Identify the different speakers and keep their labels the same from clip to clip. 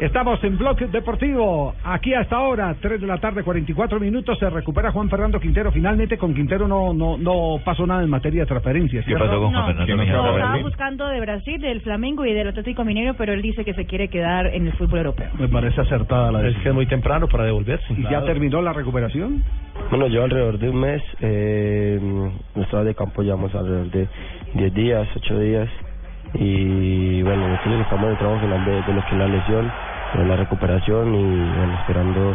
Speaker 1: Estamos en Bloque Deportivo. Aquí hasta ahora, 3 de la tarde, 44 minutos. Se recupera Juan Fernando Quintero. Finalmente, con Quintero no no no pasó nada en materia de transferencias.
Speaker 2: ¿Qué pasó con Juan Fernando
Speaker 3: no,
Speaker 2: Mejía?
Speaker 3: no,
Speaker 4: Lo
Speaker 3: no,
Speaker 4: estaba
Speaker 3: Brasil.
Speaker 4: buscando de Brasil, del Flamengo y del Atlético Mineiro, pero él dice que se quiere quedar en el fútbol europeo.
Speaker 1: Me parece acertada la
Speaker 3: Es que es muy temprano para devolverse.
Speaker 1: ¿Y ya terminó la recuperación?
Speaker 5: Bueno, yo alrededor de un mes, eh, nosotros de campo llevamos alrededor de 10 días, 8 días. Y bueno, nosotros estamos en el trabajo final de, de lo que es la lesión, de la recuperación y bueno, esperando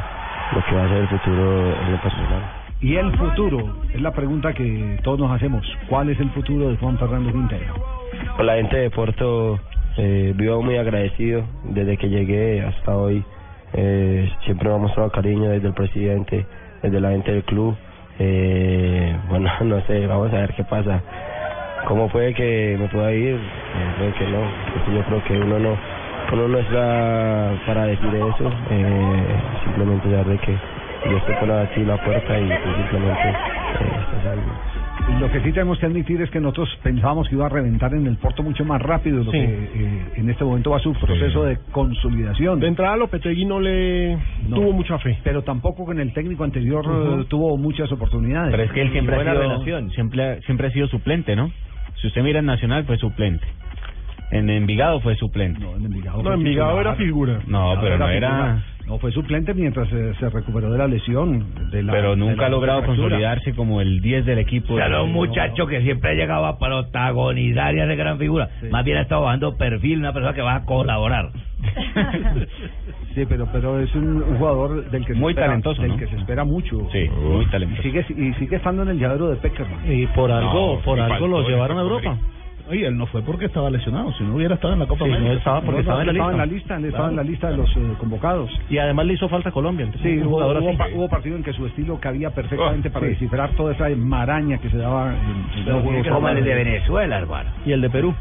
Speaker 5: lo que va a ser el futuro en lo personal.
Speaker 1: Y el futuro, es la pregunta que todos nos hacemos. ¿Cuál es el futuro de Juan Fernando Quintero?
Speaker 5: Con Pues la gente de Puerto eh, vivo muy agradecido desde que llegué hasta hoy. Eh, siempre me ha mostrado cariño desde el presidente, desde la gente del club. Eh, bueno, no sé, vamos a ver qué pasa. ¿Cómo puede que me pueda ir? Eh, creo que no. porque Yo creo que uno no, uno no está para decir eso. Eh, simplemente ya de que yo estoy por así la puerta y pues, simplemente eh, estás ahí.
Speaker 1: Lo que sí tenemos que admitir es que nosotros pensábamos que iba a reventar en el Porto mucho más rápido de lo
Speaker 3: Sí.
Speaker 1: que eh, en este momento va su proceso de consolidación.
Speaker 3: De entrada, Lopetegui no le
Speaker 1: No.
Speaker 3: tuvo mucha fe.
Speaker 1: Pero tampoco con el técnico anterior eh,
Speaker 3: Ujú.
Speaker 1: tuvo muchas oportunidades.
Speaker 2: Pero es que él siempre ha
Speaker 6: Buena
Speaker 2: sido
Speaker 6: relación.
Speaker 2: siempre ha- siempre ha sido suplente, ¿no? Si usted mira en Nacional fue suplente. En Envigado fue suplente.
Speaker 1: No, en Envigado,
Speaker 3: No,
Speaker 1: fue
Speaker 3: Envigado
Speaker 1: titular.
Speaker 3: era figura.
Speaker 2: No,
Speaker 1: Envigado
Speaker 2: pero no
Speaker 1: titular.
Speaker 2: era
Speaker 1: No, fue suplente mientras eh, se recuperó de la lesión. de la-
Speaker 2: pero
Speaker 1: de
Speaker 2: nunca
Speaker 1: la
Speaker 2: ha logrado
Speaker 1: fractura.
Speaker 2: consolidarse como el 10 del equipo.
Speaker 6: O sea, los
Speaker 2: No,
Speaker 6: muchachos que siempre llegaba para protagonizar y hacer gran figura. Más bien ha estado bajando perfil una persona que va a colaborar.
Speaker 1: Sí, pero, pero es un, un jugador del que
Speaker 2: Muy
Speaker 1: se espera,
Speaker 2: talentoso,
Speaker 1: del
Speaker 2: ¿no?
Speaker 1: que se espera mucho.
Speaker 2: Sí, muy
Speaker 1: Y
Speaker 2: talentoso.
Speaker 1: sigue, y sigue estando en el llavero de Peckerman.
Speaker 7: Y por algo,
Speaker 2: No,
Speaker 7: por
Speaker 2: y
Speaker 7: algo
Speaker 2: faltó
Speaker 7: lo
Speaker 2: el
Speaker 7: llevaron a
Speaker 2: Copa
Speaker 7: Europa. Oye, él no fue porque estaba lesionado, si no hubiera estado en la Copa
Speaker 1: Sí,
Speaker 7: América.
Speaker 1: no
Speaker 7: estaba
Speaker 1: No, no, estaba en la lista, él estaba en la lista de los eh, convocados.
Speaker 7: Y además le hizo falta a Colombia. entonces,
Speaker 1: Sí,
Speaker 7: un
Speaker 1: hubo,
Speaker 7: jugador
Speaker 1: hubo
Speaker 7: así.
Speaker 1: pa- hubo partido en que su estilo cabía perfectamente
Speaker 2: Ah,
Speaker 1: para
Speaker 2: sí.
Speaker 1: descifrar toda esa maraña que se daba en, en los juegos.
Speaker 6: Como el de Venezuela, hermano.
Speaker 7: Y el de Perú.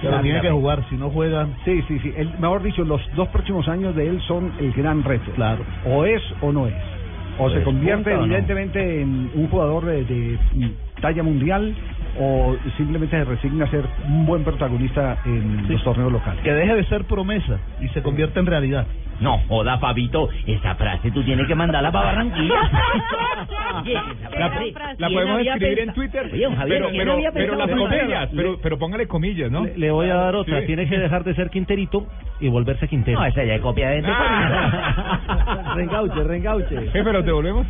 Speaker 7: Pero tiene que jugar, si no juega,
Speaker 1: Sí, sí, sí. El, mejor dicho, los dos próximos años de él son el gran reto.
Speaker 7: Claro. Pues,
Speaker 1: O es o no es. O se convierte
Speaker 2: punta o no.
Speaker 1: evidentemente en un jugador de, de, mm, talla mundial o simplemente se resigna a ser un buen protagonista en
Speaker 7: Sí.
Speaker 1: los torneos locales.
Speaker 7: que deje de ser promesa y se convierta en realidad.
Speaker 6: No, joda, Fabito, esa frase tú tienes que mandarla para Barranquilla. Oye, esa
Speaker 4: La-
Speaker 6: frase,
Speaker 4: la
Speaker 6: ¿quién
Speaker 8: podemos
Speaker 6: había
Speaker 8: escribir
Speaker 6: pensa-
Speaker 8: en Twitter,
Speaker 6: Oye, Javier,
Speaker 8: pero,
Speaker 6: ¿quién
Speaker 8: pero,
Speaker 6: había
Speaker 8: pero
Speaker 6: pensado
Speaker 8: las
Speaker 6: en eso?
Speaker 8: comillas, pero, pero póngale comillas, ¿no?
Speaker 7: Le, le voy a dar otra.
Speaker 8: Sí.
Speaker 7: Tiene que dejar de ser Quinterito y volverse Quintero.
Speaker 6: No, esa ya es copia de este.
Speaker 8: Ah.
Speaker 7: Rengauche, rengauche.
Speaker 8: Jefe, ¿los devolvemos?